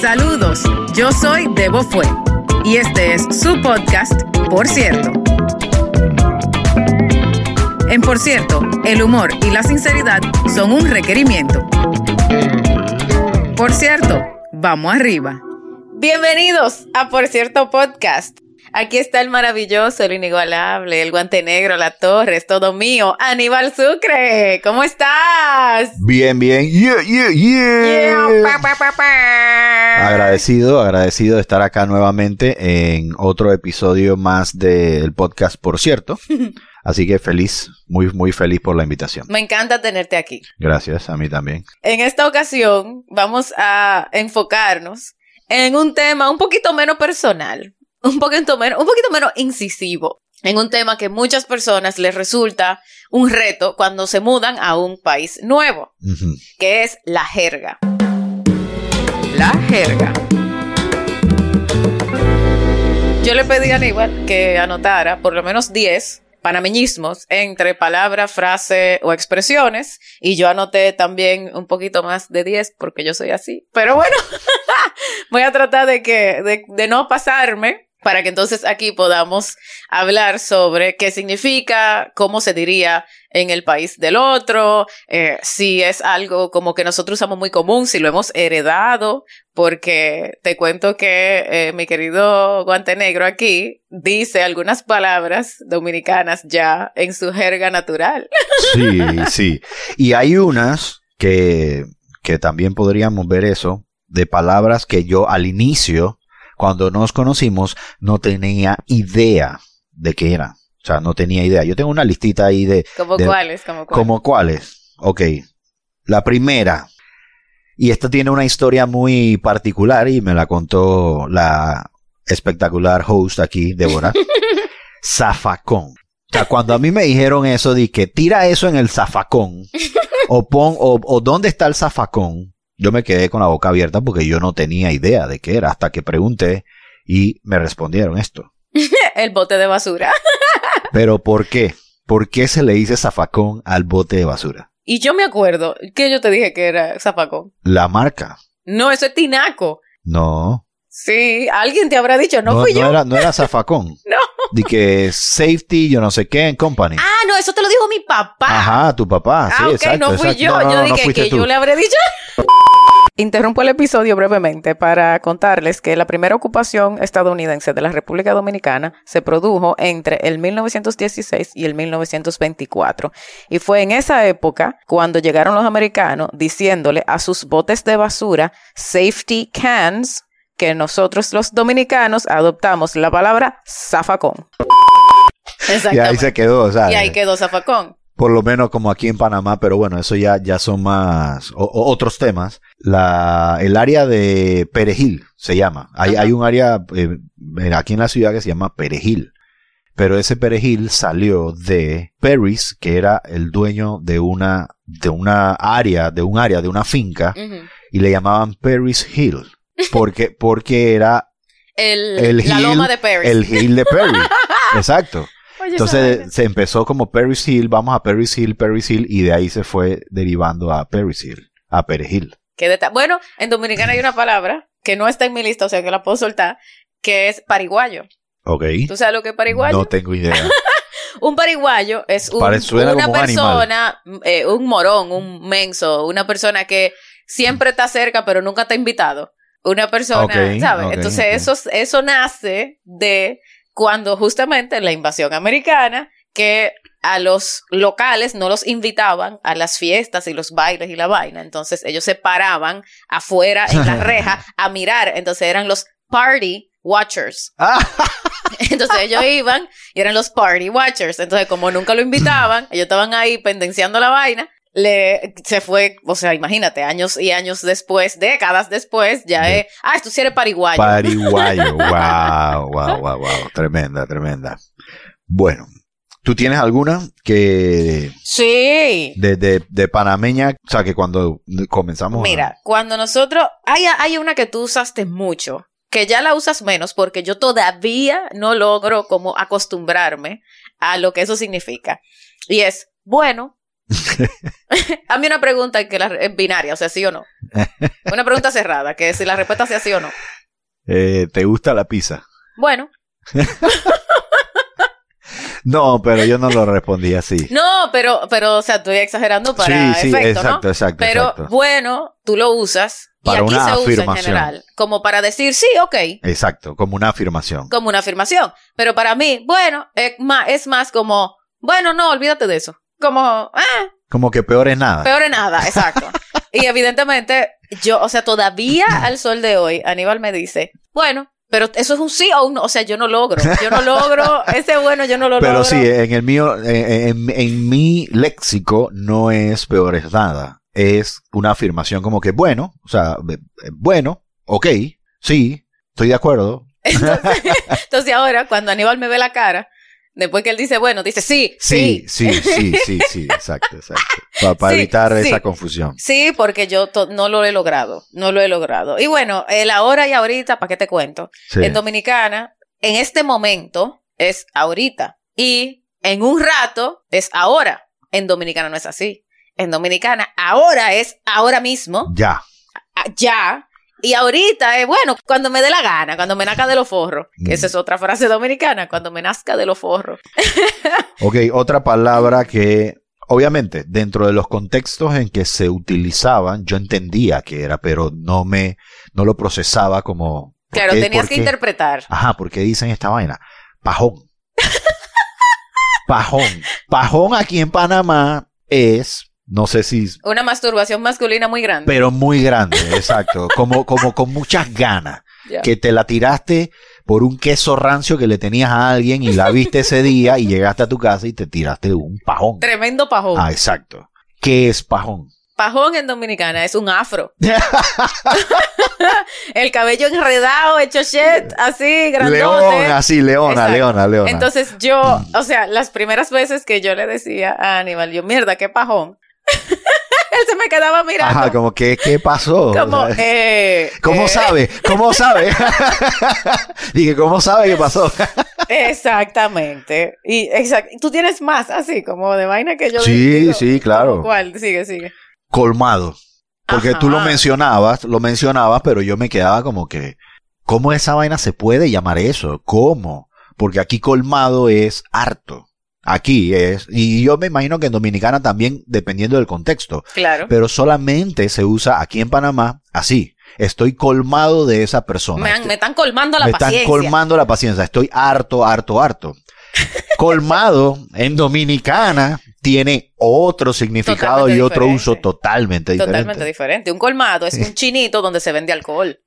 Saludos, yo soy Debo Fue y este es su podcast, Por cierto. En Por cierto, el humor y la sinceridad son un requerimiento. Por cierto, vamos arriba. Bienvenidos a Por cierto Podcast. Aquí está el maravilloso, el inigualable, el guante negro, la torre, es todo mío, Aníbal Sucre. ¿Cómo estás? Bien, bien. Yeah, yeah, yeah. Yeah, pa, pa, pa, pa. Agradecido, agradecido de estar acá nuevamente en otro episodio más del podcast, por cierto. Así que feliz, muy, muy feliz por la invitación. Me encanta tenerte aquí. Gracias, a mí también. En esta ocasión vamos a enfocarnos en un tema un poquito menos personal, un poquito menos, un poquito menos incisivo, en un tema que muchas personas les resulta un reto cuando se mudan a un país nuevo, Ujú. que es la jerga. La jerga. Yo le pedí a Aníbal que anotara por lo menos 10 panameñismos entre palabra, frase o expresiones. Y yo anoté también un poquito más de 10 porque yo soy así. Pero bueno, voy a tratar de que, de, de no pasarme para que entonces aquí podamos hablar sobre qué significa, cómo se diría en el país del otro, eh, si es algo como que nosotros usamos muy común, si lo hemos heredado, porque te cuento que eh, mi querido guante negro aquí dice algunas palabras dominicanas ya en su jerga natural. Sí, sí. Y hay unas que, que también podríamos ver eso, de palabras que yo al inicio, cuando nos conocimos, no tenía idea de qué eran. O sea, no tenía idea. Yo tengo una listita ahí de, ¿Como De- cuáles? ¿Como cuáles? ¿Como cuáles? Ok. La primera. Y esta tiene una historia muy particular y me la contó la espectacular host aquí, Débora. zafacón. O sea, cuando a mí me dijeron eso, dije, tira eso en el zafacón. O pon, o, o dónde está el zafacón. Yo me quedé con la boca abierta porque yo no tenía idea de qué era hasta que pregunté y me respondieron esto. El bote de basura. Pero ¿por qué? ¿Por qué se le dice zafacón al bote de basura? Y yo me acuerdo que yo te dije que era zapacón. La marca. No, eso es tinaco. No. Sí, alguien te habrá dicho, no, fui yo. Era, no era zafacón. No. De que safety, yo no sé qué, en company. Ah, no, eso te lo dijo mi papá. Ajá, tu papá. ah, sí, ok, exacto. no fui exacto. yo. No, no, yo no, no dije fuiste que tú. yo le habré dicho. Interrumpo el episodio brevemente para contarles que la primera ocupación estadounidense de la República Dominicana se produjo entre el 1916 y el 1924. Y fue en esa época cuando llegaron los americanos diciéndole a sus botes de basura safety cans que nosotros los dominicanos adoptamos la palabra zafacón. Y ahí se quedó, o sea, Y ahí quedó zafacón. por lo menos como aquí en Panamá, pero bueno, eso ya, ya son más o- o- otros temas. La, el área de Perejil se llama. Hay, Ajá. hay un área eh, aquí en la ciudad que se llama Perejil. Pero ese Perejil salió de Perris, que era el dueño de una, de una área, de un área, de una finca. Ujú. y le llamaban Perry's Hill porque porque era El, El la Hill, loma de Paris. el hill de Perry. Exacto. Oye, esa vaina. Entonces se empezó como Perry's Hill, vamos a Perry's Hill, Perry's Hill y de ahí se fue derivando a Perry's Hill, a Perejil. Qué deta- bueno, en dominicana hay una palabra que no está en mi lista, o sea que la puedo soltar, que es pariguayo. ¿Ok? ¿Tú sabes lo que es pariguayo? No tengo idea. Un pariguayo es un- Pare- suena una como un persona, eh, un morón, un menso, una persona que siempre está cerca pero nunca te ha invitado. Una persona, Ok, ¿sabes? ok, Entonces ok. eso, eso nace de cuando justamente la invasión americana, que a los locales no los invitaban a las fiestas y los bailes y la vaina. Entonces ellos se paraban afuera en la reja a mirar. Entonces eran los party watchers. Ah. Entonces ellos iban y eran los party watchers. Entonces, como nunca lo invitaban, ellos estaban ahí pendenciando la vaina. Le, se fue, o sea, imagínate, años y años después, décadas después, ya De- es, ah, tú sí eres pariguayo. Pariguayo. Wow, wow, wow, wow. Tremenda, tremenda. Bueno, ¿tú tienes alguna que sí. de, de, de panameña? O sea, que cuando comenzamos. a- Mira, cuando nosotros, hay, hay una que tú usaste mucho, que ya la usas menos porque yo todavía no logro como acostumbrarme a lo que eso significa. Y es, bueno, A mí una pregunta que la, es binaria, o sea, sí o no. Una pregunta cerrada, que si la respuesta sea sí o no. Eh, ¿Te gusta la pizza? Bueno, No, pero yo no lo respondí así. no, pero, pero, o sea, estoy exagerando para sí, sí, efecto, ¿no? exacto, exacto, Pero exacto. bueno, tú lo usas y Para aquí una se usa en afirmación. general, como para decir sí, ok, Exacto, como una afirmación. como una afirmación. Pero para mí, bueno, es más, es más como, bueno, no, olvídate de eso. Como, ah, Como que peor es nada. peor es nada, exacto. y evidentemente, yo, o sea, todavía al sol de hoy, Aníbal me dice, bueno, pero eso es un sí o un no. O sea, yo no logro, yo no logro, ese bueno, yo no lo Pero logro. sí, en el mío, eh, en, en mi léxico no es peor es nada. Es una afirmación como que bueno, o sea, be- eh, bueno, ok, sí, estoy de acuerdo. Entonces, entonces ahora, cuando Aníbal me ve la cara, después que él dice, bueno, dice, sí, sí, Sí, sí, sí, sí, sí, exacto, exacto. Pa- Para, Sí, evitar sí. esa confusión. sí, porque yo to- no lo he logrado, no lo he logrado. Y bueno, el ahora y ahorita, ¿para qué te cuento? Sí. En Dominicana, en este momento es ahorita y en un rato es ahora. En Dominicana no es así. En Dominicana ahora es ahora mismo, Ya, a- ya. Y ahorita es bueno, cuando me dé la gana, cuando me nazca de los forros. Que Mm. Esa es otra frase dominicana, cuando me nazca de los forros. ok, otra palabra que obviamente dentro de los contextos en que se utilizaban yo entendía que era, pero no me, no lo procesaba como... ¿por Claro, qué- tenías por que qué? interpretar. Ajá, ¿por qué dicen esta vaina? Pajón. Pajón. Pajón aquí en Panamá es, no sé si, Una masturbación masculina muy grande. pero muy grande, exacto. Como, como con muchas ganas. Ya. Que te la tiraste por un queso rancio que le tenías a alguien y la viste ese día y llegaste a tu casa y te tiraste un pajón. Tremendo pajón. Ah, exacto. ¿Qué es pajón? Pajón en Dominicana es un afro. El cabello enredado, hecho shit, así, grandote. León, así, leona, Exacto. leona, leona. Entonces yo, o sea, las primeras veces que yo le decía a Aníbal, yo, mierda, qué pajón. Él se me quedaba mirando. Ajá, como que, ¿qué pasó? como, eh, ¿Cómo eh, sabe? ¿Cómo sabe? Dije, ¿cómo sabe qué pasó? Exactamente. Y exact tú tienes más así, como de vaina que yo. Sí, digo, sí, claro. ¿Cuál? Sigue, sigue. Colmado. Porque tú lo Ajá. mencionabas, lo mencionabas, pero yo me quedaba como que, ¿cómo esa vaina se puede llamar eso? ¿Cómo? Porque aquí colmado es harto. Aquí es, y yo me imagino que en Dominicana también, dependiendo del contexto, Claro. pero solamente se usa aquí en Panamá así. Estoy colmado de esa persona. Me, han- me están colmando la me están paciencia. colmando la paciencia. Estoy harto, harto, harto. Colmado en dominicana tiene otro significado Totalmente y otro diferente. uso totalmente diferente. Totalmente diferente. Un colmado es un chinito donde se vende alcohol.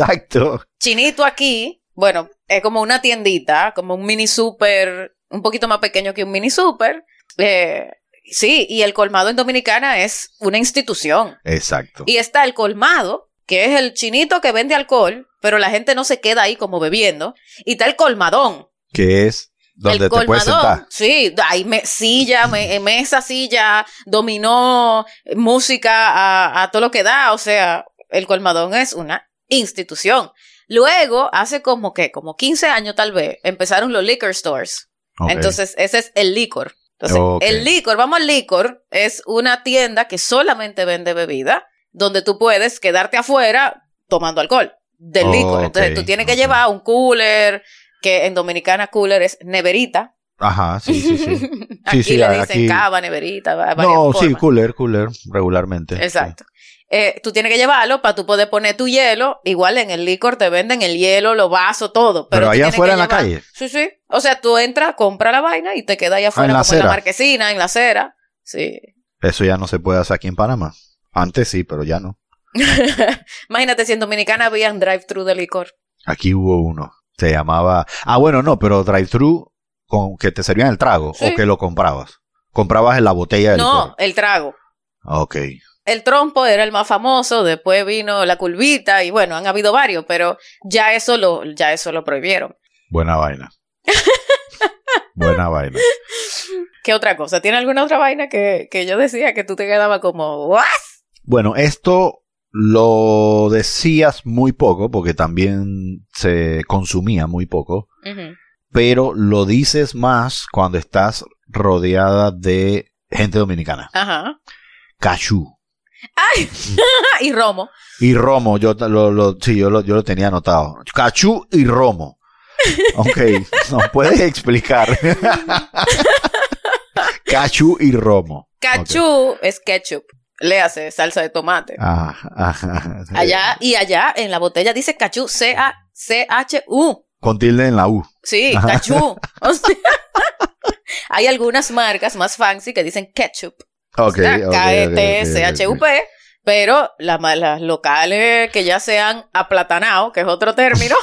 Exacto. Chinito aquí, bueno, es como una tiendita, como un mini super, un poquito más pequeño que un mini super. Eh, sí, y el colmado en Dominicana es una institución. Exacto. Y está el colmado, que es el chinito que vende alcohol, pero la gente no se queda ahí como bebiendo. Y está el colmadón. que es donde el te puedes sentar. Sí, hay me- silla, me- eh, mesa, silla, dominó, música, a, a todo lo que da. O sea, el colmadón es una institución. Luego, hace como que, como 15 años tal vez, empezaron los liquor stores. Ok. Entonces, ese es el licor. Entonces, Ok. el licor, vamos al licor, es una tienda que solamente vende bebida, donde tú puedes quedarte afuera tomando alcohol del licor. Entonces, Ok, tú tienes ok. que llevar un cooler, que en Dominicana cooler es neverita. Ajá, sí, sí, sí. aquí sí, le a- dicen aquí- cava, neverita, va- varias no, sí, formas. cooler, cooler, regularmente. Exacto. Eh, tú tienes que llevarlo para tú poder poner tu hielo. Igual en el licor te venden el hielo, los vasos, todo. Pero tú allá tienes que afuera en la llevar- calle. Sí, sí. O sea, tú entras, compras la vaina y te quedas allá afuera, Ah, en la como en acera. la marquesina, en la acera. Sí. sí. Eso ya no se puede hacer aquí en Panamá. Antes sí, pero ya no. Imagínate si en Dominicana había un drive-thru de licor. Aquí hubo uno. Se llamaba. Ah, bueno, no, pero drive-thru con que te servían el trago Sí. o que lo comprabas. Comprabas en la botella del no, licor. el trago. Ok. El trompo era el más famoso, después vino la curvita y bueno, han habido varios, pero ya eso lo, ya eso lo prohibieron. Buena vaina. Buena vaina. ¿Qué otra cosa? ¿Tiene alguna otra vaina que, que yo decía que tú te quedabas como, ¿what? Bueno, esto lo decías muy poco porque también se consumía muy poco, Ujú. pero lo dices más cuando estás rodeada de gente dominicana. Ajá. Ah, Cachú. y Romo. Y Romo, yo ta- lo, lo- sí, yo lo, yo lo tenía anotado. Cachú y Romo. Ok, nos puedes explicar. Cachú y Romo. Cachú es ketchup. Léase, salsa de tomate. Ah, ajá. Allá y allá en la botella dice cachú, C-A-C-H-U. Con tilde en la U. Sí, Ajá. cachú. O sea, hay algunas marcas más fancy que dicen ketchup. Ok. ok, ok, ok, E ok, ok. K-E-T-S-H-U-P. Pero la ma- las locales que ya sean aplatanao, que es otro término,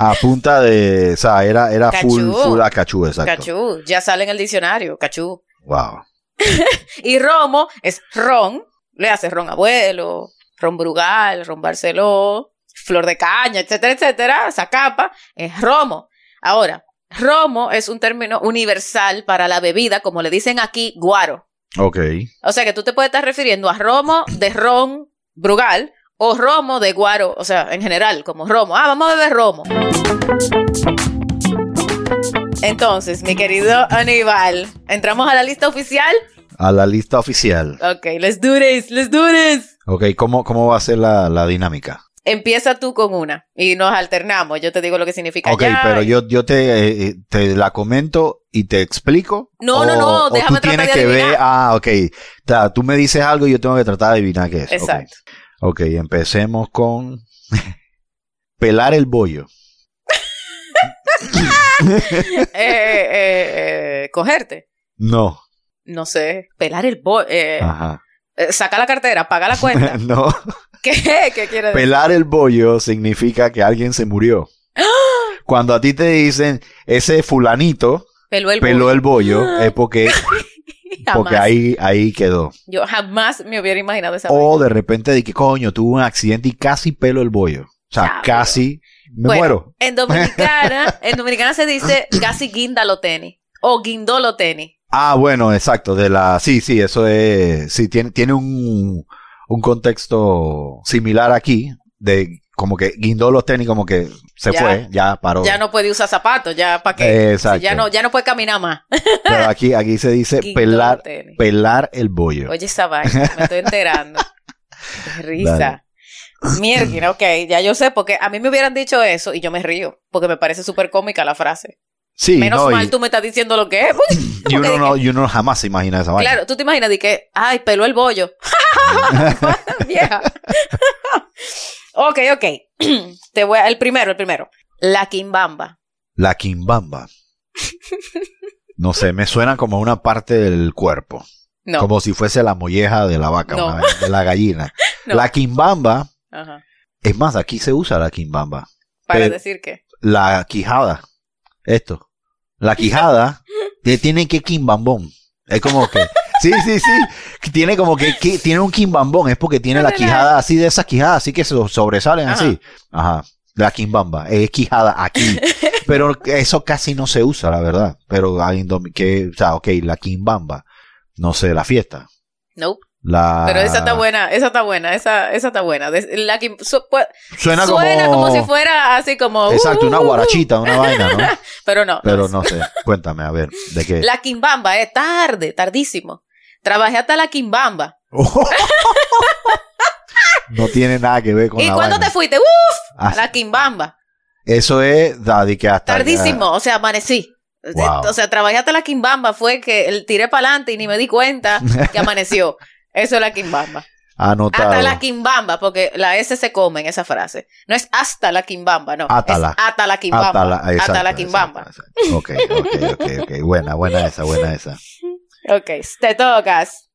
A punta de. O sea, era, era full, Cachú. full a cachú, exacto. cachú, ya sale en el diccionario, cachú. Wow. Y romo es ron, le hace ron abuelo, ron brugal, ron barceló, flor de caña, etcétera, etcétera, zacapa, es romo. Ahora, romo es un término universal para la bebida, como le dicen aquí, guaro. Ok. O sea que tú te puedes estar refiriendo a romo de ron brugal o romo de guaro, o sea, en general, como romo. Ah, vamos a beber romo. Entonces, mi querido Aníbal, ¿entramos a la lista oficial? A la lista oficial. Ok, let's do this, let's do this. Ok, ¿cómo, cómo va a ser la, la dinámica? Empieza tú con una y nos alternamos. Yo te digo lo que significa Ok, ya. pero yo, yo te, eh, eh, te la comento y te explico. No, o- no, no, o déjame tú tratar tienes de que ver. adivinar. Ah, ok. O sea, tú me dices algo y yo tengo que tratar de adivinar qué es. Ok. Exacto. Ok, empecemos con. Pelar el bollo. Eh, eh, eh, eh, cogerte. No. No sé, pelar el bo... eh, Ajá. eh, saca la cartera, paga la cuenta. No. ¿Qué? ¿Qué quiere decir? Pelar el bollo significa que alguien se murió. Cuando a ti te dicen ese fulanito Peló el peló bollo. el bollo es porque, Jamás. porque ahí, Oh. ahí quedó. Yo jamás me hubiera imaginado esa vaina. O de repente de que coño, tuvo un accidente y casi pelo el bollo. O sea, Ah, casi me Bueno, muero. En Dominicana, en Dominicana se dice casi guinda lo tenis o guindó lo tenis. Ah, bueno, exacto, de la sí, sí, eso es sí tiene tiene un un contexto similar aquí de como que guindó los tenis como que se Ya. fue, ya paró. Ya no puede usar zapatos, ya para qué. Si Oh. Eh, Exacto. ya no, ya no puede caminar más. Pero aquí aquí se dice Guindó lo pelar tenis. pelar el bollo. Oye, esa vaina, me estoy enterando. Qué Dale. Risa. Mierda, ok, ya yo sé, porque a mí me hubieran dicho eso y yo me río, porque me parece súper cómica la frase. Sí, Menos no, y- mal tú me estás diciendo lo que es. pues. y, uno no y uno jamás se imagina esa vaina. Claro, tú te imaginas de que, ay, peló el bollo. Vieja. ok, ok. te voy a, el primero, el primero. La quimbamba. La quimbamba. No sé, me suena como una parte del cuerpo. No. Como si fuese la molleja de la vaca, No. una vez, de la gallina. No. La quimbamba, Ajá. es más, aquí se usa la quimbamba. Para Pero- decir que. La quijada, esto. La quijada te tiene que quimbambón. Es como que, sí, sí, sí, tiene como que, que- tiene un quimbambón, es porque tiene No, la no, no. quijada así de esas quijadas, así que so- sobresalen Ajá. así. Ajá. La quimbamba, es quijada aquí. Pero eso casi no se usa, la verdad. Pero hay en Domi- que, o sea, ok, la quimbamba. No sé, la fiesta. No. La... Pero esa está buena, esa está buena, esa, esa está buena. Des- La quim- su- pu- Suena, Suena, como... si fuera así como. Exacto, uh, una uh, uh, guarachita, una vaina, ¿no? Pero no. no Pero eh. es. no sé, cuéntame, a ver, ¿de qué? La quimbamba es tarde, tardísimo. Trabajé hasta la quimbamba. no tiene nada que ver con ¿Y la cuándo vaina. te fuiste? ¡Uf! Ah, La quimbamba. Eso es, da, de que hasta... Tardísimo. O sea, amanecí. Wow. O sea, trabajé hasta la quimbamba. Fue que el tiré para adelante y ni me di cuenta que amaneció. Eso es la quimbamba. ah, Anotado. Hasta la quimbamba, porque la S se come en esa frase. No es hasta la quimbamba, no. Átala. Es hasta la quimbamba. Hasta Hasta la- exacto, la quimbamba. exacto, exacto. Ok, ok, ok, ok. Buena, buena esa, buena esa. Ok, te tocas.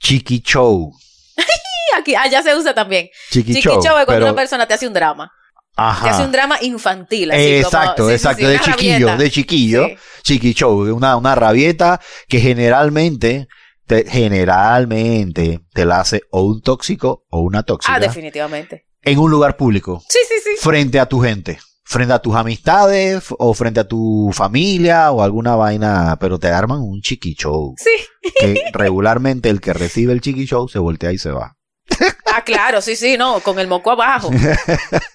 Chiquichow. Y aquí, allá se usa también. Chiquichow. Chiquichow es cuando pero- una persona te hace un drama. Te hace Ajá. un drama infantil. Así, Eh, como- exacto, sí, sí, exacto, sí, de una chiquillo, rabieta. de chiquillo, Sí. chiquichow, una, una rabieta que generalmente, te- generalmente te la hace o un tóxico o una tóxica Ah, definitivamente. en un lugar público, Sí, sí, sí. frente a tu gente, frente a tus amistades f- o frente a tu familia o alguna vaina, pero te arman un chiquichow, Sí. que regularmente el que recibe el chiquichow se voltea y se va. Ah, claro, sí, sí, no, con el moco abajo.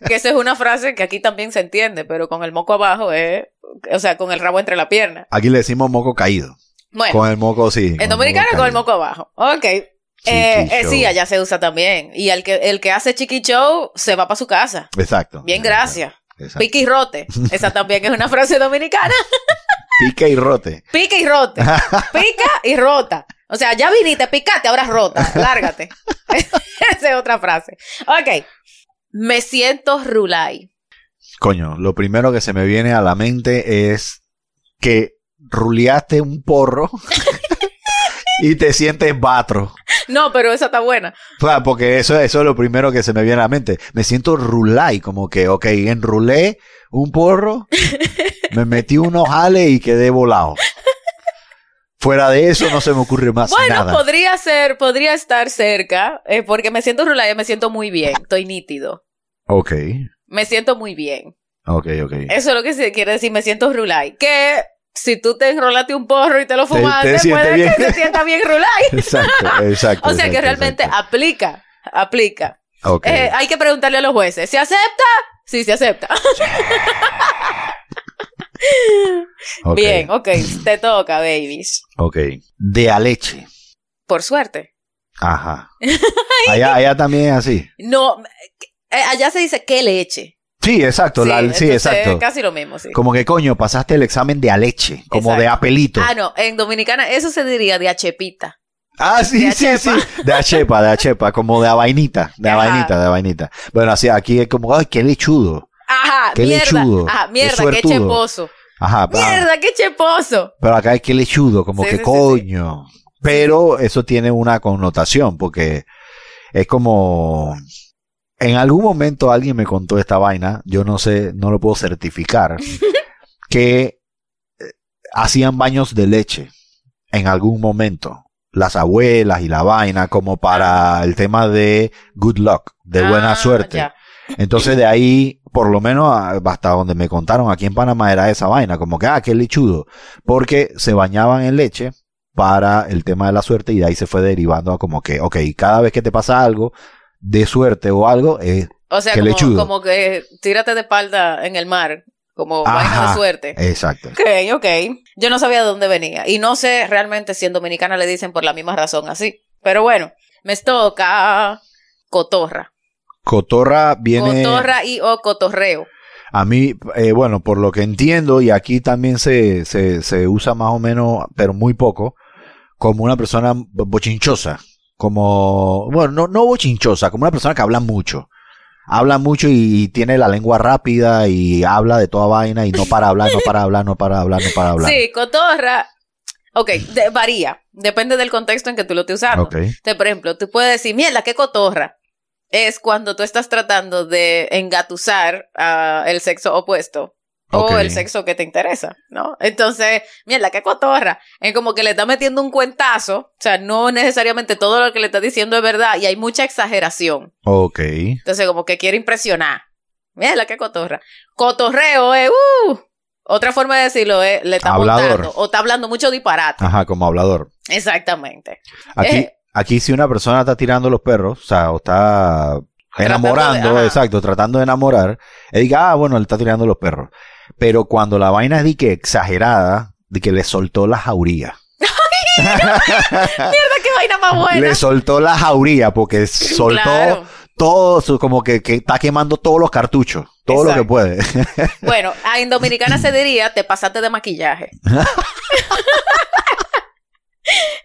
que esa es una frase que aquí también se entiende, pero con el moco abajo es, o sea, con el rabo entre la pierna. Aquí le decimos moco caído. Bueno, Con el moco, sí. en Dominicana con el moco abajo. Ok. Eh, eh, sí, Chiquicho. allá se usa también. Y el que, el que hace chiqui show se va para su casa. Exacto. Bien, gracias. Exacto. Pique y rote. Esa también es una frase dominicana. Pica y rote. Pica y rote. Pica y rota. O sea, ya viniste, picate, ahora rota. Lárgate. Esa es otra frase. Ok. Me siento rulay. Coño, lo primero que se me viene a la mente es que ruleaste un porro y te sientes batro. No, pero esa está buena. O sea, porque eso, eso es lo primero que se me viene a la mente. Me siento rulay, como que, ok, enrulé un porro, me metí unos jales y quedé volado. Fuera de eso no se me ocurre más Bueno, nada. podría ser, podría estar cerca, eh, porque me siento rulay, me siento muy bien, estoy nítido. Ok, Me siento muy bien. ok, ok. Eso es lo que se quiere decir, me siento rulay. Que si tú te enrolaste un porro y te lo Te- fumaste, te sientes puede bien. que se sienta bien rulay. Exacto, exacto. O sea que exacto, realmente exacto. aplica, aplica. Ok. Eh, hay que preguntarle a los jueces, ¿se acepta? Sí, se acepta. ok, Bien, ok, te toca, babies. Ok. De a leche. Por suerte. Ajá. Allá, allá también es así. No, eh, allá se dice qué leche. Sí, exacto. la- Sí, entonces, exacto. Casi lo mismo, sí. Como que coño, pasaste el examen de a leche, como de Exacto. apelito. Ah, no, en dominicana eso se diría de achepita. Ah, sí, De sí, sí. De achepa, de achepa, como de a vainita, de a Ajá. vainita, de a vainita. Bueno, así aquí es como, ay, qué lechudo. Ajá, Qué mierda. lechudo, Ajá, qué mierda, qué, suertudo. Ah, cheposo. Ajá, pa- Mierda, qué cheposo. pero acá es qué lechudo, como Sí, que sí, sí, coño. Pero eso tiene una connotación, porque es como, en algún momento alguien me contó esta vaina, yo no sé, no lo puedo certificar, que eh, hacían baños de leche en algún momento. Las abuelas y la vaina, como para el tema de good luck, de buena Ah, suerte. ya. Entonces de ahí, por lo menos a- hasta donde me contaron aquí en Panamá era esa vaina, como que, ah, qué lechudo, porque se bañaban en leche para el tema de la suerte y de ahí se fue derivando a como que, ok, cada vez que te pasa algo de suerte o algo, es O sea, qué como, lechudo. como que tírate de espalda en el mar, como vaina de Ajá. suerte. exacto. Ok, ok. Yo no sabía de dónde venía. Y no sé realmente si en Dominicana le dicen por la misma razón así. Pero bueno, me toca cotorra. Cotorra viene Cotorra y o cotorreo. a mí, eh, bueno, por lo que entiendo, y aquí también se, se, se usa más o menos, pero muy poco, como una persona bo- bochinchosa. Como, bueno, no, no bochinchosa, como una persona que habla mucho. Habla mucho y tiene la lengua rápida y habla de toda vaina y no para hablar, no para hablar, no para hablar, no para hablar. Sí, cotorra. Ok, de- varía. Depende del contexto en que tú lo estés usando. Ok. Te- por ejemplo, tú puedes decir, mierda, qué cotorra. Es cuando tú estás tratando de engatusar a el sexo opuesto Ok. o el sexo que te interesa, ¿no? Entonces, mierda, qué cotorra. Es como que le está metiendo un cuentazo, o sea, no necesariamente todo lo que le está diciendo es verdad y hay mucha exageración. Ok. Entonces, como que quiere impresionar. Mierda, qué cotorra. Cotorreo es, uh, otra forma de decirlo es, le está Hablador. montando o está hablando mucho disparate. Ajá, como hablador. Exactamente. Aquí, Eh. aquí si una persona está tirando los perros, o sea, o está Tratando enamorando, de- ajá. exacto, tratando de enamorar, y diga, ah, bueno, le está tirando los perros. Pero cuando la vaina es de que exagerada, de que le soltó la jauría. Mierda, qué vaina más buena. Le soltó la jauría porque soltó Claro. todo su, como que, que está quemando todos los cartuchos, todo lo Exacto. que puede. Bueno, ah, en Dominicana se diría, te pasaste de maquillaje.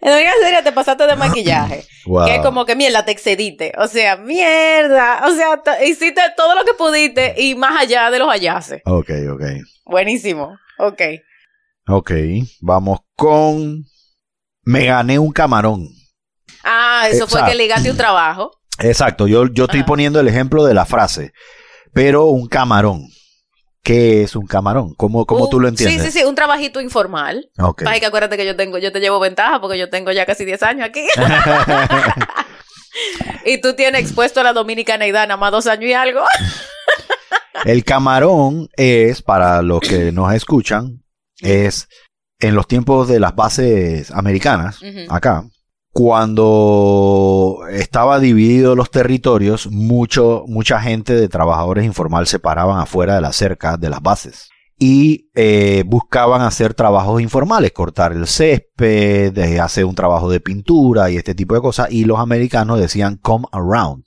en Dominicana se diría, te pasaste de Ah, maquillaje. Wow. Que es como que mierda, te excediste. O sea, mierda. O sea, t- hiciste todo lo que pudiste y más allá de los hallaces. Ok, ok. Buenísimo. Ok. Ok, vamos con... Me gané un camarón. Ah, eso fue Exacto. que ligaste un trabajo. Exacto, yo, yo estoy Ajá. poniendo el ejemplo de la frase, pero un camarón. ¿Qué es un camarón? ¿Cómo, cómo Un- tú lo entiendes? Uh, Sí, sí, sí, un trabajito informal. Ok. Ay, que acuérdate que yo tengo, yo te llevo ventaja porque yo tengo ya casi 10 años aquí. y tú tienes expuesto a la dominicaneidad nada más dos años y algo. El camarón es, para los que nos escuchan, es en los tiempos de las bases americanas, Ujú. acá, cuando estaba dividido los territorios, mucho, mucha gente de trabajadores informal se paraban afuera de la cerca de las bases. y eh, buscaban hacer trabajos informales, cortar el césped, eh, hacer un trabajo de pintura y este tipo de cosas. Y los americanos decían come around.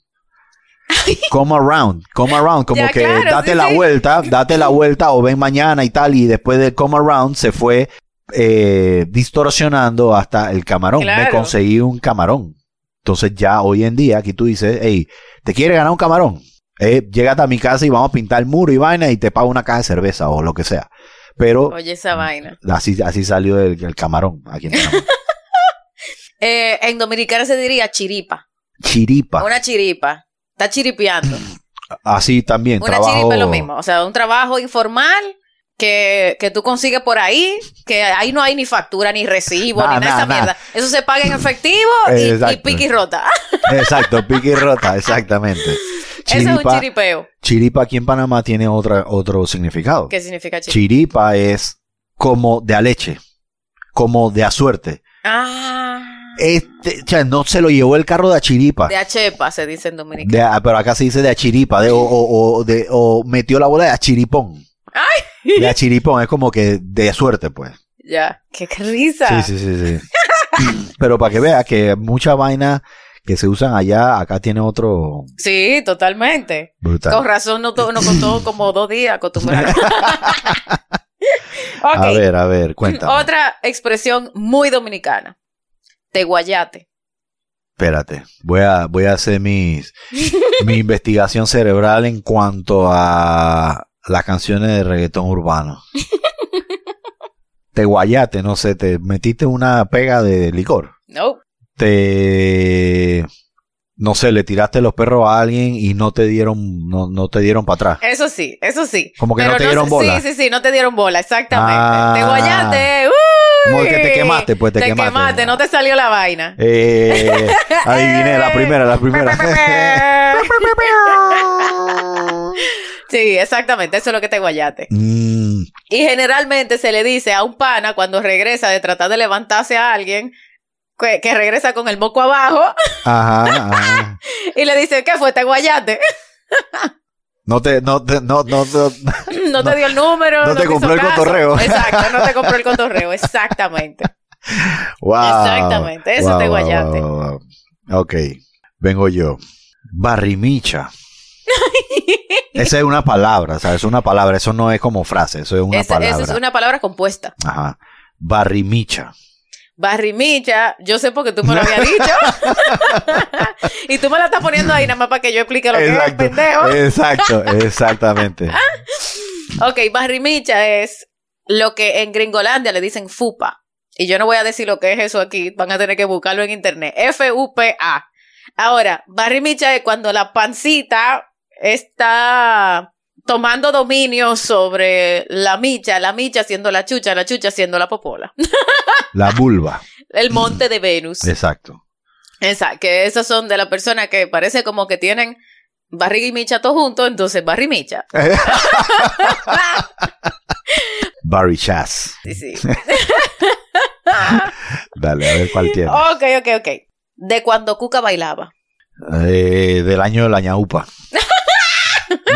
Come around, come around, como Ya, que claro, date sí, la sí. vuelta, date la vuelta o ven mañana y tal. Y después del come around se fue eh, distorsionando hasta el camarón. Me Claro. conseguí un camarón. Entonces ya hoy en día aquí tú dices, hey, ¿te quieres ganar un camarón? Eh, llégate a mi casa y vamos a pintar el muro y vaina y te pago una caja de cerveza o lo que sea. Pero Oye, esa vaina. así, así salió el, el camarón aquí en Panamá. Eh, en Dominicana se diría chiripa. Chiripa. Una chiripa. Está chiripeando. Así también. Una trabajo... chiripa es lo mismo. O sea, un trabajo informal que, que tú consigues por ahí, que ahí no hay ni factura, ni recibo, Nah, ni nada de nah, esa nah. mierda. Eso se paga en efectivo y, y Exacto. piqui rota. Exacto, piqui rota, exactamente. Eso es un Chiripa, chiripeo. chiripa aquí en Panamá tiene otra, otro significado. ¿Qué significa chiripa? Chiripa es como de a leche, como de a suerte. ah, Este, o sea, no se lo llevó el carro de a chiripa. de achepa se dice en Dominicana. De a- pero acá se dice de a chiripa, de, o, o- o de, o metió la bola de a chiripón. De a chiripón, es como que de suerte, pues. Ya. Qué risa. Sí, sí, sí, sí. pero para que veas que mucha vaina que se usan allá, acá tiene otro Sí, totalmente. brutal. Con razón no, to- no contó como dos días acostumbrado. ok. A ver, a ver, cuéntame. Otra expresión muy dominicana. Teguayate. Espérate, voy a, voy a hacer mis, mi investigación cerebral en cuanto a las canciones de reggaetón urbano. Te guayaste, no sé, te metiste una pega de licor. No. Te, no sé, le tiraste los perros a alguien y no te dieron, no, no te dieron para atrás. Eso sí, eso sí. Como que no te dieron sé- bola. Sí, sí, sí, no te dieron bola, exactamente. Ah. Teguayate. uy. Como que te quemaste, pues te, Te quemaste, no te salió la vaina. Eh, adiviné, la primera, la primera. sí, exactamente, eso es lo que te guayate. Mm, Y generalmente se le dice a un pana cuando regresa de tratar de levantarse a alguien, que, que regresa con el moco abajo, ajá, ajá. y le dice, ¿qué fue? ¿Te guayate? No te, no te, no, no, no- No, te dio el número. no te hizo compró el caso. cotorreo. Exacto, no te compró el cotorreo, exactamente. Wow. Exactamente, eso te guayaste. Ok, vengo yo. Barrimicha. Esa es una palabra, o sea, es una palabra, eso no es como frase, eso es una Esa- palabra. Esa es una palabra compuesta. Ajá. Barrimicha. Barrimicha, yo sé porque tú me lo habías dicho. y tú me la estás poniendo ahí nada más para que yo explique lo que es, pendejo. exacto, exactamente. Ok, barrimicha es lo que en Gringolandia le dicen fupa. Y yo no voy a decir lo que es eso aquí, van a tener que buscarlo en internet. F-U-P-A. Ahora, barrimicha es cuando la pancita está tomando dominio sobre la micha, la micha siendo la chucha, la chucha siendo la popola. La vulva, El monte de Venus. exacto. Exacto, que esas son de las personas que parece como que tienen barriga y micha todos juntos, entonces barri micha. Barrichas. Sí, sí. Dale, a ver cuál tiene. ok, ok, ok. De cuando Cuca bailaba. Eh, del año de la ñaupa.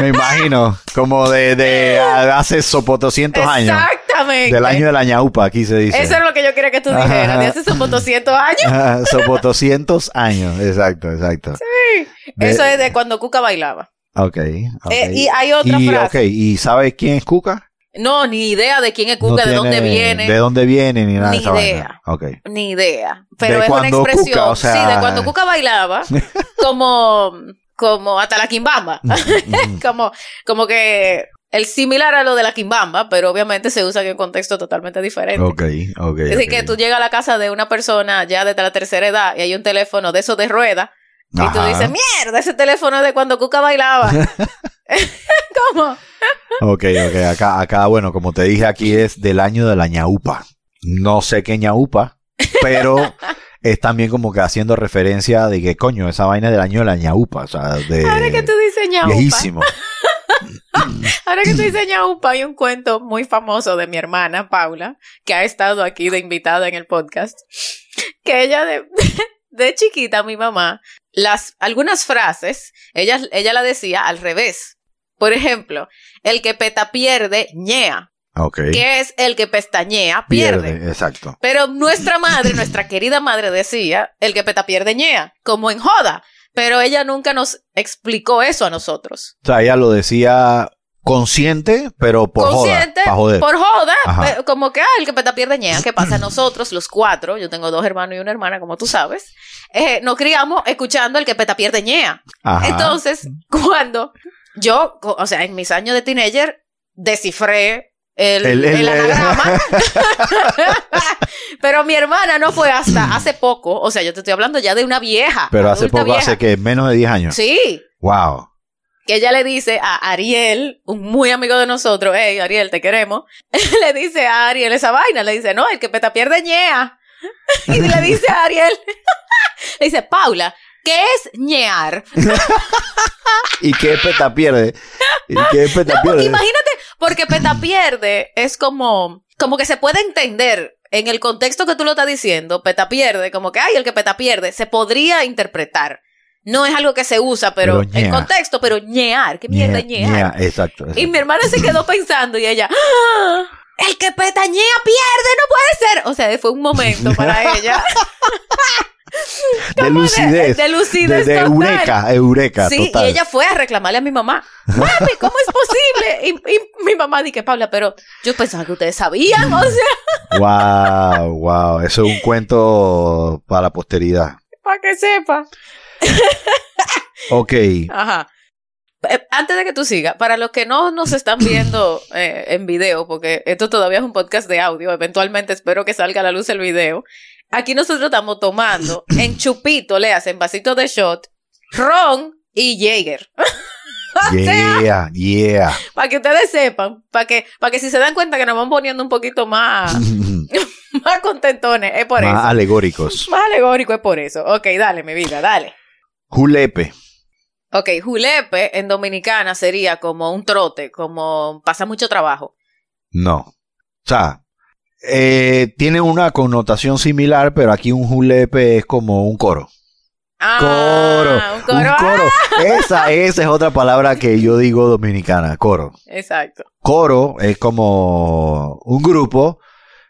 Me imagino, como de, de hace sopo 200 años. Exactamente. Del año de la ñaupa, aquí se dice. Eso es lo que yo quería que tú Ajá. dijeras. De hace esos 200 años. Ah, sopo 200 años, exacto, exacto. De- Eso es de cuando Cuca bailaba. Ok. ok. Eh, y hay otra Y, frase. ok, ¿y sabes quién es Cuca? No, ni idea de quién es No Cuca, de tiene- dónde viene. De dónde viene, ni nada de Ni esa vaina. idea. Ok. Ni idea. Pero De es una cuando Cuca, expresión. o sea- Sí, de cuando Cuca bailaba. Como, como hasta la quimbamba. Mm. como, como que el similar a lo de la quimbamba, pero obviamente se usa en un contexto totalmente diferente. ok, ok. Es decir, ok. que tú llegas a la casa de una persona ya de la tercera edad y hay un teléfono de esos de rueda y tú Ajá. dices, mierda, ese teléfono es de cuando Cuca bailaba. ¿Cómo? Ok, ok, acá, acá, bueno, como te dije, aquí es del año de la ñaupa. No sé qué ñaupa, pero es también como que haciendo referencia de que, coño, esa vaina es del año de la ñaupa, o sea, de... Ahora que tú dices ñaupa, Eh, viejísimo. ahora que tú dices ñaupa, hay un cuento muy famoso de mi hermana Paula, que ha estado aquí de invitada en el podcast, que ella de, de chiquita, mi mamá, las, algunas frases, ella, ella la decía al revés. Por ejemplo, el que peta pierde, ñea. Ok. que es el que pestañea, pierde. Exacto. Pero nuestra madre, nuestra querida madre decía, el que peta pierde ñea, como en joda. Pero ella nunca nos explicó eso a nosotros. O sea, ella lo decía consciente, pero por Consciente, joda. pa' joder. por joda, Ajá. pero como que, ah, el que peta pierde ñea, ¿qué pasa? Nosotros, los cuatro, yo tengo dos hermanos y una hermana, como tú sabes, eh, nos criamos escuchando el que peta pierde ñea. Ajá. Entonces, cuando yo, co- o sea, en mis años de teenager, descifré el, El- el- el anagrama. Pero mi hermana no fue hasta hace poco. O sea, yo te estoy hablando ya de una vieja. pero hace adulta poco, vieja. hace que menos de 10 años. Sí, Wow. que ella le dice a Ariel, un muy amigo de nosotros, hey Ariel, te queremos, le dice a Ariel esa vaina, le dice, no, el que peta pierde ñea. Y le dice a Ariel, le dice, Paula, ¿qué es ñear? ¿Y qué peta pierde? ¿Y qué peta Porque pierde? imagínate, porque peta pierde es como, como que se puede entender en el contexto que tú lo estás diciendo, peta pierde, como que ay, el que peta pierde, se podría interpretar. No es algo que se usa, pero, Pero ñea. en contexto, pero ñear, qué mierda es ñear. ñea, Exacto. Y exacto. mi hermana se quedó pensando y ella, "Ah, el que petañea pierde, no puede ser. O sea, fue un momento para ella de lucidez. de lucidez de, de total. eureka, eureka, Sí, total. y ella fue a reclamarle a mi mamá. Mami, ¿cómo es posible? Y, y mi mamá dije, Paula, pero yo pensaba que ustedes sabían, o sea, Wow, wow. Eso es un cuento para la posteridad. para que sepa. Ok. Ajá. Eh, Antes de que tú sigas, para los que no nos están viendo eh, en video, porque esto todavía es un podcast de audio, eventualmente espero que salga a la luz el video. Aquí nosotros estamos tomando en chupito, le hacen vasito de shot, ron y Jaeger. Yeah, yeah. Para que ustedes sepan, para que, para que si se dan cuenta que nos van poniendo un poquito más, más contentones, es Ah. por Más eso. alegóricos. Más alegórico es por eso. Ok, dale, mi vida, dale. Julepe. Ok, julepe en dominicana sería como un trote, como pasa mucho trabajo. No. O sea, eh, tiene una connotación similar, pero aquí un julepe es como un coro. Ah, Coro, un coro. ah, Un coro. Esa, esa es otra palabra que yo digo dominicana, coro. Ah, exacto. Coro es como un grupo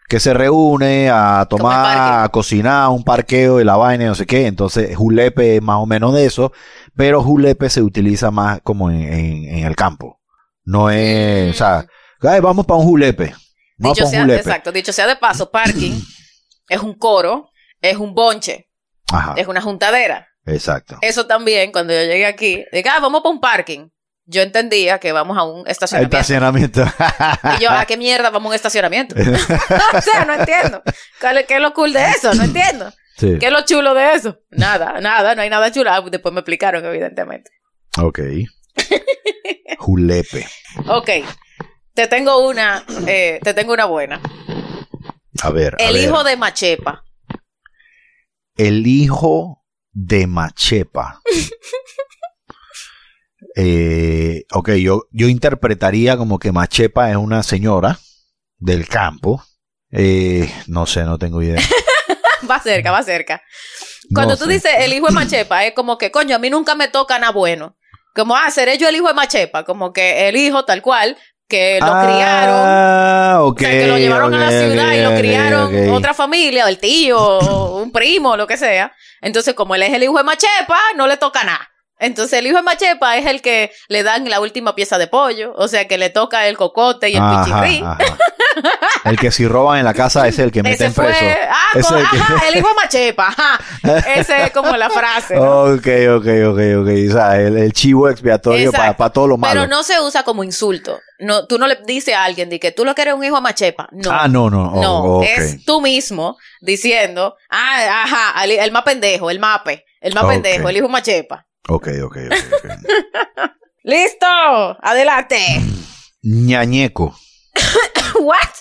que se reúne Como a el tomar, parque. a cocinar, un parqueo y la vaina y no sé qué. Entonces, julepe es más o menos de eso, pero julepe se utiliza más como en, en- en el campo. No es, o sea, Mm. "Ay, vamos para un julepe. Vamos Dicho para un sea, julepe. exacto. Dicho sea de paso, parking es un coro, es un bonche, Ajá, es una juntadera. exacto. Eso también, cuando yo llegué aquí, dije, ah, vamos para un parking. Yo entendía que vamos a un estacionamiento. Estacionamiento. Y yo, ¿a qué mierda vamos a un estacionamiento? o sea, no entiendo. ¿Cuál es- ¿Qué es lo cool de eso? No entiendo. Sí. ¿Qué es lo chulo de eso? Nada, nada, no hay nada chulo. Ah, Después me explicaron, evidentemente. Ok. Julepe. Ok, te tengo una, eh, te tengo una buena. A ver. a El ver. hijo de Machepa. El hijo de Machepa. Eh, ok, yo, yo interpretaría como que Machepa es una señora del campo. Eh, no sé, no tengo idea. Va cerca, va cerca. Cuando No tú sé. dices el hijo de Machepa, es como que, coño, a mí nunca me toca nada bueno. Como, ah, seré yo el hijo de Machepa. Como que el hijo tal cual, que lo criaron. Ah, ok. O sea, que lo llevaron a la ok, ciudad y lo ok, criaron ok. otra familia, o el tío, o un primo, lo que sea. Entonces, como él es el hijo de Machepa, no le toca nada. Entonces, el hijo de Machepa es el que le dan la última pieza de pollo. O sea, que le toca el cocote y el Ajá, pichirrín. ajá. El que si roban en la casa es el que Ese meten fue, preso. ah, Ese con- es el que- ajá, el hijo de Machepa, ajá. Esa es como la frase, ¿no? Ok, ok, ok, ok. O sea, el, el chivo expiatorio para Exacto. todo lo Oh, malo. Pero no se usa como insulto. No, tú no le dices a alguien de que tú lo que eres un hijo de Machepa. No. Ah, no, no. oh, No, ok. es tú mismo diciendo, ah, ajá, al- el, más pendejo, el mape, el más Ok. pendejo, el hijo machepa. Ok, ok, ok. ok. ¡Listo! ¡Adelante! Ñañeco. ¿What?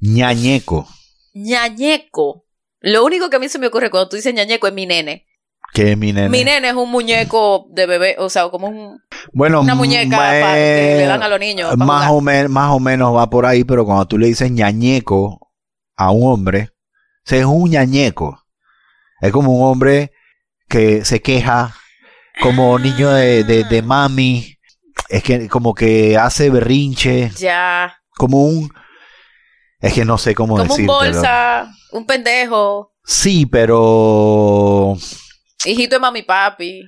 Ñañeco. Ñañeco. Lo único que a mí se me ocurre cuando tú dices ñañeco es mi nene. Que mi nene. Mi nene es un muñeco de bebé, o sea, como un- bueno, una muñeca me- pa- que le dan a los niños. pa' más jugar. o, men- más o menos va por ahí, pero cuando tú le dices ñañeco a un hombre, o sea, es un ñañeco. Es como un hombre que se queja, como niño de, de- Ah. de mami. Es que como que hace berrinche, Ya. como un, Es que no sé cómo Como un decirlo. bolsa, un pendejo, Sí, pero. hijito de mami papi.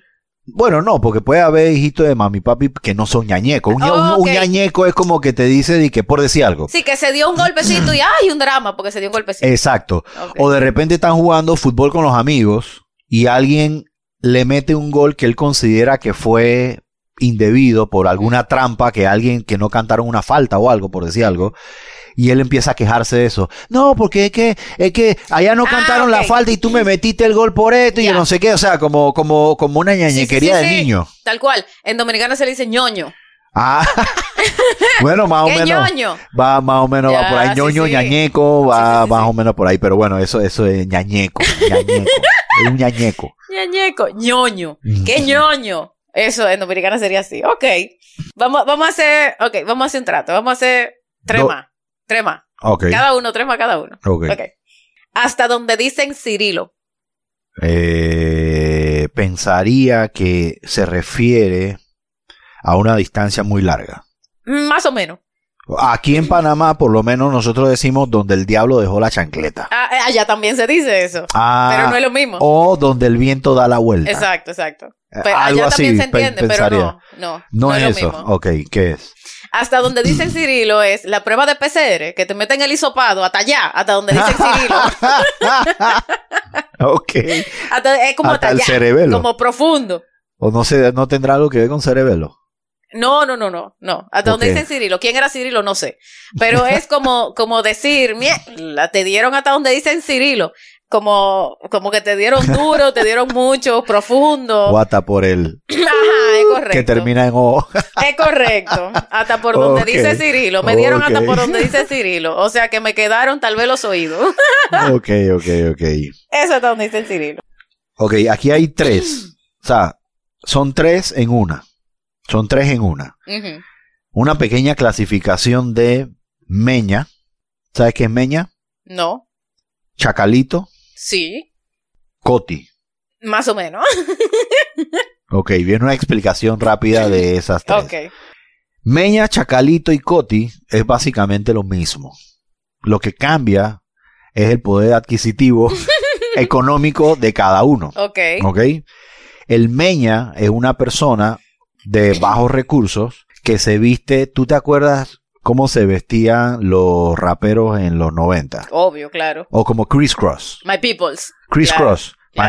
Bueno, no, porque puede haber hijitos de mami papi que no son ñañecos. Un, ña- Oh, un- un ok. ñañeco es como que te dice de que por decir algo. Sí, que se dio un golpecito y ¡ay! Un drama porque se dio un golpecito. Exacto. Ok. Eh, O de repente están jugando fútbol con los amigos y alguien le mete un gol que él considera que fue indebido por alguna trampa que alguien que no cantaron una falta o algo, por decir algo. Y él empieza a quejarse de eso. No, porque es que, es que allá no Ah, cantaron la ok. falta y tú me metiste el gol por esto Ya. y no sé qué. O sea, como, como, como una Sí, sí, ñañequería sí, de sí. niño. Tal cual. En Dominicana se le dice ñoño. Ah, bueno, más o ¿Qué menos. ñoño? Va más o menos, va Ya, por ahí sí, ñoño, sí. ñañeco, va Sí, sí, sí, más sí. o menos por ahí, pero bueno, eso, eso es ñañeco, ñañeco, es un ñañeco. Ñañeco. ñoño. ¿Qué Mm. ñoño? Eso en Dominicana sería así. Ok. Vamos, vamos a hacer, ok, vamos a hacer un trato. Vamos a hacer tres Do- más. Tres más. Ok, Cada uno, tres más cada uno. ok. Ok. Hasta donde dicen Cirilo. Eh, pensaría que se refiere a una distancia muy larga. Mm, Más o menos. Aquí en Panamá, por lo menos, nosotros decimos donde el diablo dejó la chancleta. Ah, eh, allá también se dice eso. Ah, pero no es lo mismo. o donde el viento da la vuelta. Exacto, exacto. Eh, Pero algo allá también así, se pe- entiende, pero pensaría. no, no. No, No es es, lo eso. oh. mismo. Ok, ¿qué es? Hasta donde dicen Cirilo es la prueba de PCR, que te meten el hisopado hasta allá, hasta donde dicen Cirilo. ok. Hasta- es como hasta, Hasta el allá, cerebelo. como profundo. O no sé, no tendrá algo que ver con cerebelo. No, no, no, no, no. Hasta donde Ok. dicen Cirilo. ¿Quién era Cirilo? No sé. Pero es como, como decir, mierda, te dieron hasta donde dicen Cirilo. Como, como que te dieron duro, te dieron mucho, profundo. Guata por el Ajá, es correcto. que termina en O. Es correcto. Hasta por donde Ok. dice Cirilo. Me dieron hasta Ok. por donde dice Cirilo. O sea que me quedaron tal vez los oídos. ok, ok, ok. Eso es donde dice Cirilo. Ok, aquí hay tres. O sea, son tres en una. Son tres en una. Ujú. Una pequeña clasificación de meña. ¿Sabes qué es meña? No. Chacalito, Sí. coti. Más o menos. Ok, viene una explicación rápida de esas tres. Ok. Meña, Chacalito y Coti es básicamente lo mismo. Lo que cambia es el poder adquisitivo económico de cada uno. Ok. ¿Ok? El Meña es una persona de bajos recursos que se viste. ¿Tú te acuerdas cómo se vestían los raperos en los 90? Obvio, claro. O como Criss Cross. My peoples. Criss Claro, Cross. claro.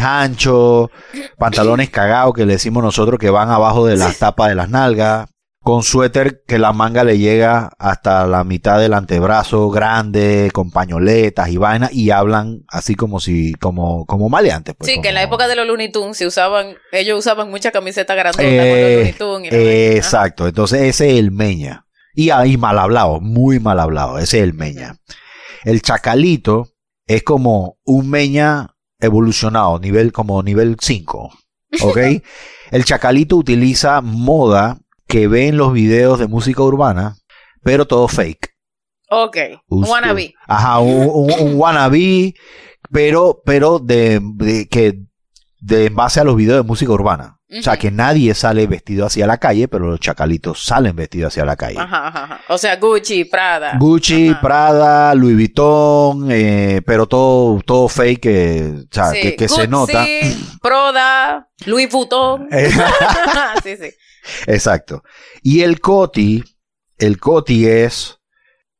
anchos, pantalones cagados que le decimos nosotros que van abajo de las tapas de las nalgas, con suéter que la manga le llega hasta la mitad del antebrazo, grande, con pañoletas y vainas, y hablan así como si, como, como maleantes. pues, sí, que en la como- época de los Looney Tunes se usaban, ellos usaban mucha camiseta grandota con los Eh, Looney Tunes. y la vaina. Ajá. Exacto, entonces ese es el meña. Y ahí mal hablado, muy mal hablado, ese es el meña. El chacalito es como un meña evolucionado, nivel como nivel 5. ¿Ok? el chacalito utiliza moda que ve en los videos de música urbana, pero todo fake. Ok. Us- Wannabe. Ajá, un, un- un wannabe, pero, pero de, de- que de en base a los videos de música urbana. O sea, Ujú. que nadie sale vestido hacia la calle, pero los chacalitos salen vestidos hacia la calle. Ajá, ajá, ajá. O sea, Gucci, Prada. Gucci, Ajá. Prada, Louis Vuitton, eh, pero todo, todo fake, eh, o sea, Sí, que, que se Gucci, nota. Proda, Louis Vuitton. Eh, sí, sí. Exacto. Y el Coti, el Coti es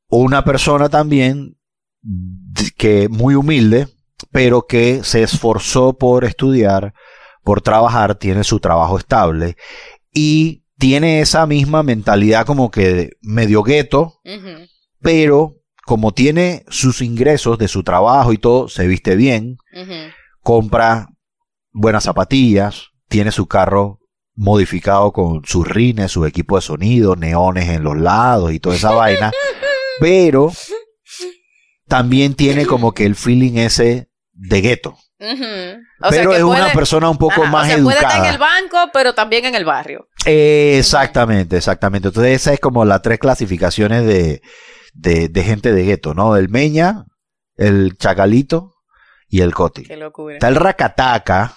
una persona también d- que muy humilde, pero que se esforzó por estudiar, por trabajar, tiene su trabajo estable y tiene esa misma mentalidad como que medio gueto, Ujú, pero como tiene sus ingresos de su trabajo y todo, se viste bien, ujú. compra buenas zapatillas, tiene su carro modificado con sus rines, su equipo de sonido, neones en los lados y toda esa vaina, pero también tiene como que el feeling ese de gueto. Ujú. O sea Pero que es puede- una persona un poco ajá, más o sea, Puede estar en el educada. banco, pero también en el barrio. Eh, exactamente, exactamente. Entonces esa es como las tres clasificaciones de, de- de gente de gueto, ¿no? El meña, el chacalito y el coti. Qué locura. Está el racataca,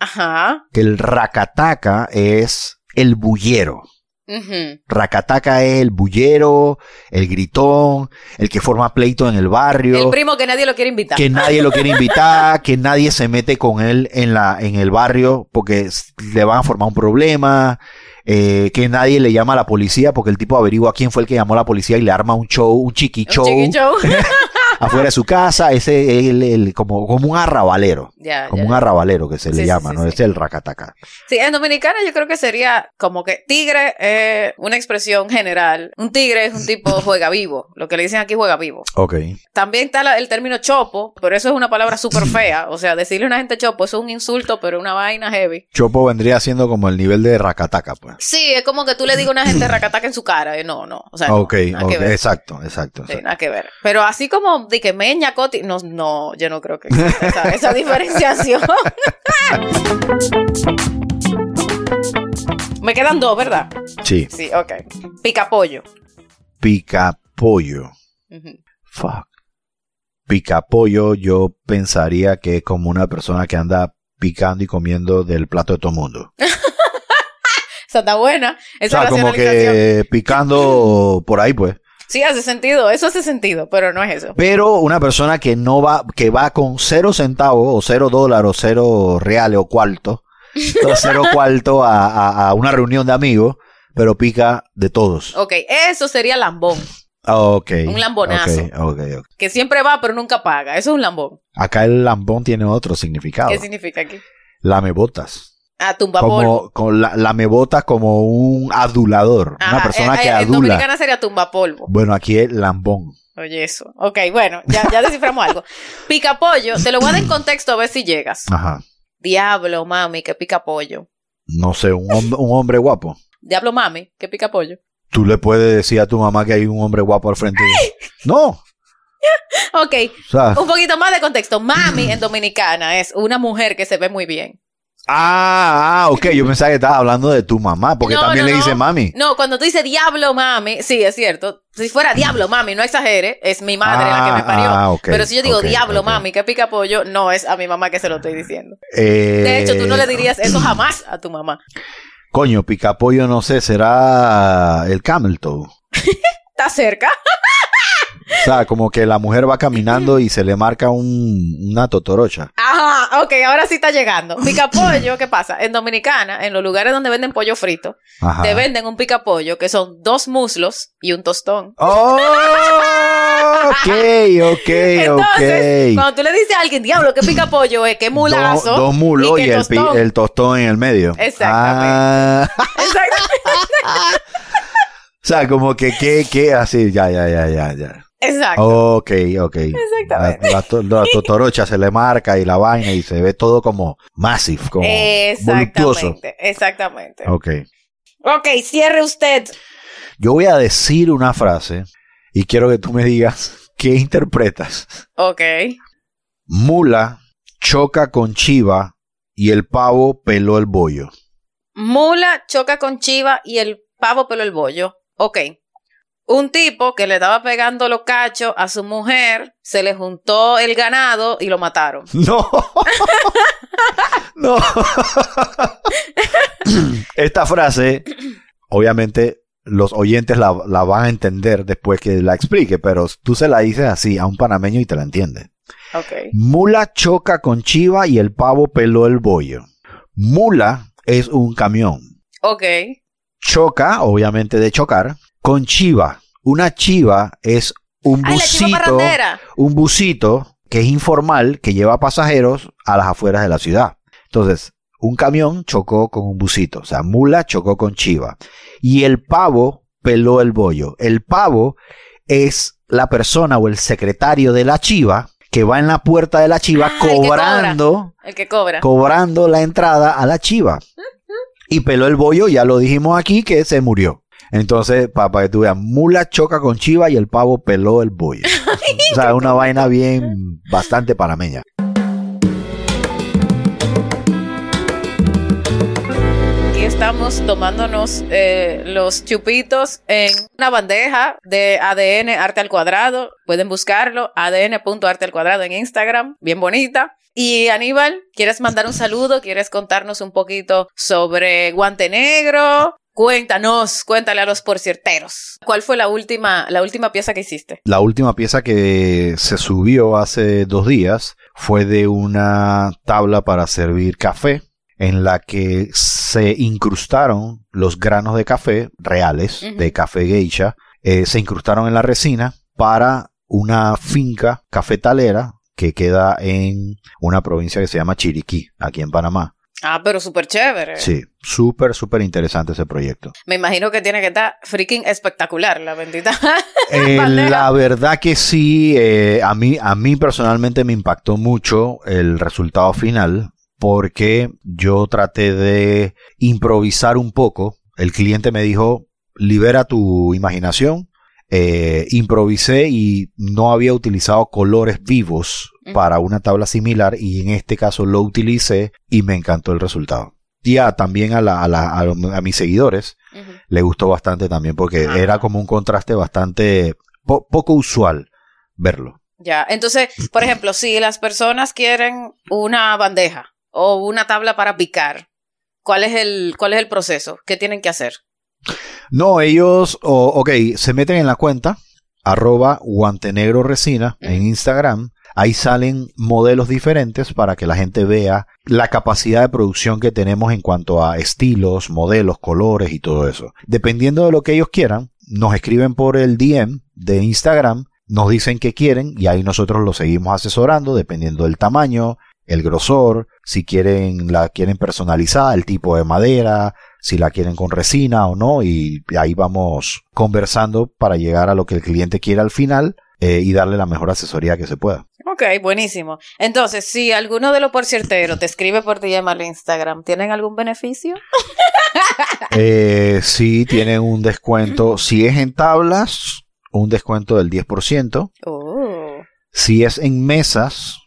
Ajá. que el racataca es el bullero. Ujú. Racataca es el bullero, el gritón, el que forma pleito en el barrio, El primo que nadie lo quiere invitar. que nadie lo quiere invitar, que nadie se mete con él en la en el barrio porque s- le van a formar un problema, eh, que nadie le llama a la policía porque el tipo averigua quién fue el que llamó a la policía y le arma un show, un chiqui Un show chiqui show. afuera de su casa, ese es el, el- como, como un arrabalero, ya, como ya. un arrabalero que se Sí, le sí, llama, sí, ¿no? sí. Ese es el racataca. Sí, en Dominicana yo creo que sería como que tigre es una expresión general. Un tigre es un tipo juega vivo. Lo que le dicen aquí juega vivo. Ok. También está la- el término chopo, pero eso es una palabra súper fea. O sea, decirle a una gente chopo eso es un insulto, pero una vaina heavy. Chopo vendría siendo como el nivel de racataca, pues. Sí, es como que tú le digas a una gente racataca en su cara. Eh, No, no. O sea, no, Ah, Ok, nada ok, que ver. exacto, exacto. Sí, exacto. nada que ver. Pero así como de que meña, coti, no, no, yo no creo que exista esa, esa diferenciación. Me quedan dos, ¿verdad? Sí, Sí, ok. Picapollo. pica pollo. Ujú. Fuck. Picapollo, yo pensaría que es como una persona que anda picando y comiendo del plato de todo mundo. Esa está buena. O Esa sea, como racionalización. que picando por ahí, pues. Sí, hace sentido. Eso hace sentido, pero no es eso. Pero una persona que no va, que va con cero centavos, o cero dólares, o cero reales, o cuarto, o cero cuarto a, a- a una reunión de amigos, pero pica de todos. Ok, eso sería lambón. Ah, Ok. Un lambonazo. ok, ok, ok. Que siempre va, pero nunca paga. Eso es un lambón. Acá el lambón tiene otro significado. ¿Qué significa aquí? Lamebotas. Ah, tumbapolvo. Como, con la, lamebotas como un adulador. una Ajá, persona eh, que eh, En adula. dominicana sería tumbapolvo. Bueno, aquí es lambón. Oye, eso. Ok, bueno, ya, ya desciframos algo. Picapollo, te lo voy a dar en contexto a ver si llegas. Ajá. Diablo, mami, que pica pollo. No sé, un, hom- un hombre guapo. Diablo, mami, que pica pollo. Tú le puedes decir a tu mamá que hay un hombre guapo al frente. de- No. O Ok, sea, un poquito más de contexto. Mami en dominicana es una mujer que se ve muy bien. Ah, ah, ok. Yo pensaba que estabas hablando de tu mamá, porque No, también no, le no. dice mami. No, cuando tú dices diablo, mami, sí, es cierto. Si fuera diablo, mami, no exagere, es mi madre la que me Ah, parió. ah, ok, Pero si yo digo ok, diablo, ok. mami, que pica pollo, no es a mi mamá que se lo estoy diciendo. Eh, ah. De hecho, tú no le dirías eso jamás a tu mamá. Coño, picapollo, no sé, será el camel toe. ¿Está cerca? O sea, como que la mujer va caminando y se le marca un- una totorocha. Ajá, ok, ahora sí está llegando. Picapollo, ¿qué pasa? En Dominicana, en los lugares donde venden pollo frito, Ajá. te venden un picapollo que son dos muslos y un tostón. Oh, ok, ok, Entonces, ok. cuando tú le dices a alguien, diablo, ¿qué picapollo es? ¿Qué mulazo? Dos dos mulos y y, que el, pi- tostón. el tostón en el medio. Exactamente. Ah, Exacto. o sea, como que, que, que, así, ya, ya, ya, ya, ya. Exacto. Ok, ok. Exactamente. La, la to- la totorocha se le marca y la vaina y se ve todo como massive, como Oh, voluptuoso. Exactamente, exactamente. Ok. Ok, cierre usted. Yo voy a decir una frase y quiero que tú me digas qué interpretas. Ok. Mula choca con chiva y el pavo peló el bollo. Mula choca con Chiva y el pavo peló el bollo. Ok. Un tipo que le estaba pegando los cachos a su mujer, se le juntó el ganado y lo mataron. No. no. Esta frase, obviamente, los oyentes la, la van a entender después que la explique, pero tú se la dices así a un panameño y te la entiende. Ok. Mula choca con chiva y el pavo peló el bollo. Mula es un camión. Ok. Choca, obviamente de chocar, con chiva. Una chiva es un ¡Ay, la chiva busito, parrandera! un busito que es informal que lleva pasajeros a las afueras de la ciudad. Entonces, un camión chocó con un busito, o sea, mula chocó con chiva. Y el pavo peló el bollo. El pavo es la persona o el secretario de la chiva que va en la puerta de la chiva Ah, el que cobra. cobrando, El que cobra. cobrando la entrada a la chiva. Y peló el bollo, ya lo dijimos aquí, que se murió. Entonces, para que tú veas, mula choca con chiva y el pavo peló el bollo. O sea, una vaina bien bastante panameña. Aquí estamos tomándonos eh, los chupitos en una bandeja de ADN Arte al Cuadrado. Pueden buscarlo, adn.arte al cuadrado en Instagram, bien bonita. Y Aníbal, ¿quieres mandar un saludo? ¿Quieres contarnos un poquito sobre Guante Negro? Cuéntanos, cuéntale a los porcierteros. ¿Cuál fue la última, la última pieza que hiciste? La última pieza que se subió hace dos días fue de una tabla para servir café en la que se incrustaron los granos de café reales, Ujú. de café geisha, eh, se incrustaron en la resina para una finca cafetalera que queda en una provincia que se llama Chiriquí, aquí en Panamá. Ah, pero súper chévere. Sí, súper, súper interesante ese proyecto. Me imagino que tiene que estar freaking espectacular la bendita. Eh, Bandera. la verdad que sí, eh, a, mí, a mí personalmente me impactó mucho el resultado final porque yo traté de improvisar un poco. El cliente me dijo, libera tu imaginación. Eh, improvisé y no había utilizado colores vivos Ujú. para una tabla similar y en este caso lo utilicé y me encantó el resultado. Y a- también a, la- a la- a lo- a mis seguidores Ujú. le gustó bastante también porque era como un contraste bastante po- poco usual verlo. Ya, entonces, por ejemplo, si las personas quieren una bandeja o una tabla para picar, ¿cuál es el, cuál es el proceso? ¿Qué tienen que hacer? No, ellos, o- ok, se meten en la cuenta, arroba guantenegro resina en Ujú. Instagram. Ahí salen modelos diferentes para que la gente vea la capacidad de producción que tenemos en cuanto a estilos, modelos, colores y todo eso. Dependiendo de lo que ellos quieran, nos escriben por el DM de Instagram, nos dicen qué quieren y ahí nosotros los seguimos asesorando dependiendo del tamaño, el grosor, si quieren la quieren personalizada, el tipo de madera, si la quieren con resina o no, y ahí vamos conversando para llegar a lo que el cliente quiera al final eh, y darle la mejor asesoría que se pueda. Ok, buenísimo. Entonces, si alguno de los porcierteros te escribe por DM al Instagram, ¿tienen algún beneficio? Ah. Eh, sí, tienen un descuento, si es en tablas, un descuento del 10%, Oh. si es en mesas,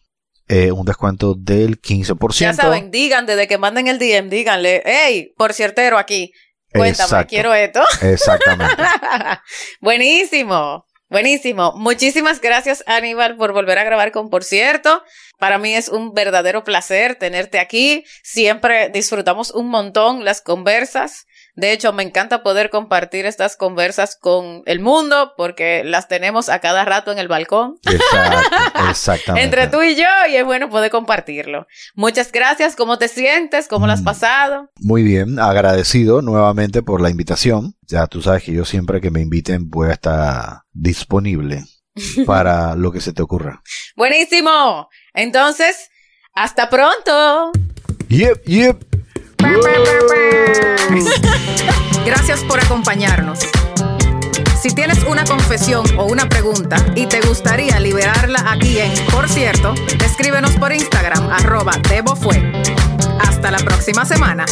eh, un descuento del 15%. Ya saben, digan desde que manden el DM, díganle, hey, porciertero aquí, cuéntame, Exacto, quiero esto. Exactamente. Buenísimo, buenísimo. Muchísimas gracias, Aníbal, por volver a grabar con Por cierto. Para mí es un verdadero placer tenerte aquí. Siempre disfrutamos un montón las conversas. De hecho, me encanta poder compartir estas conversas con el mundo porque las tenemos a cada rato en el balcón. Exacto, exactamente. Entre tú y yo, y es bueno poder compartirlo. Muchas gracias. ¿Cómo te sientes? ¿Cómo lo has Mm. pasado? Muy bien, agradecido nuevamente por la invitación. Ya tú sabes que yo siempre que me inviten voy a estar disponible para lo que se te ocurra. Buenísimo. Entonces, hasta pronto. Yep, yep. Gracias por acompañarnos. Si tienes una confesión o una pregunta y te gustaría liberarla aquí en Por cierto, escríbenos por Instagram arroba debofue. Hasta la próxima semana.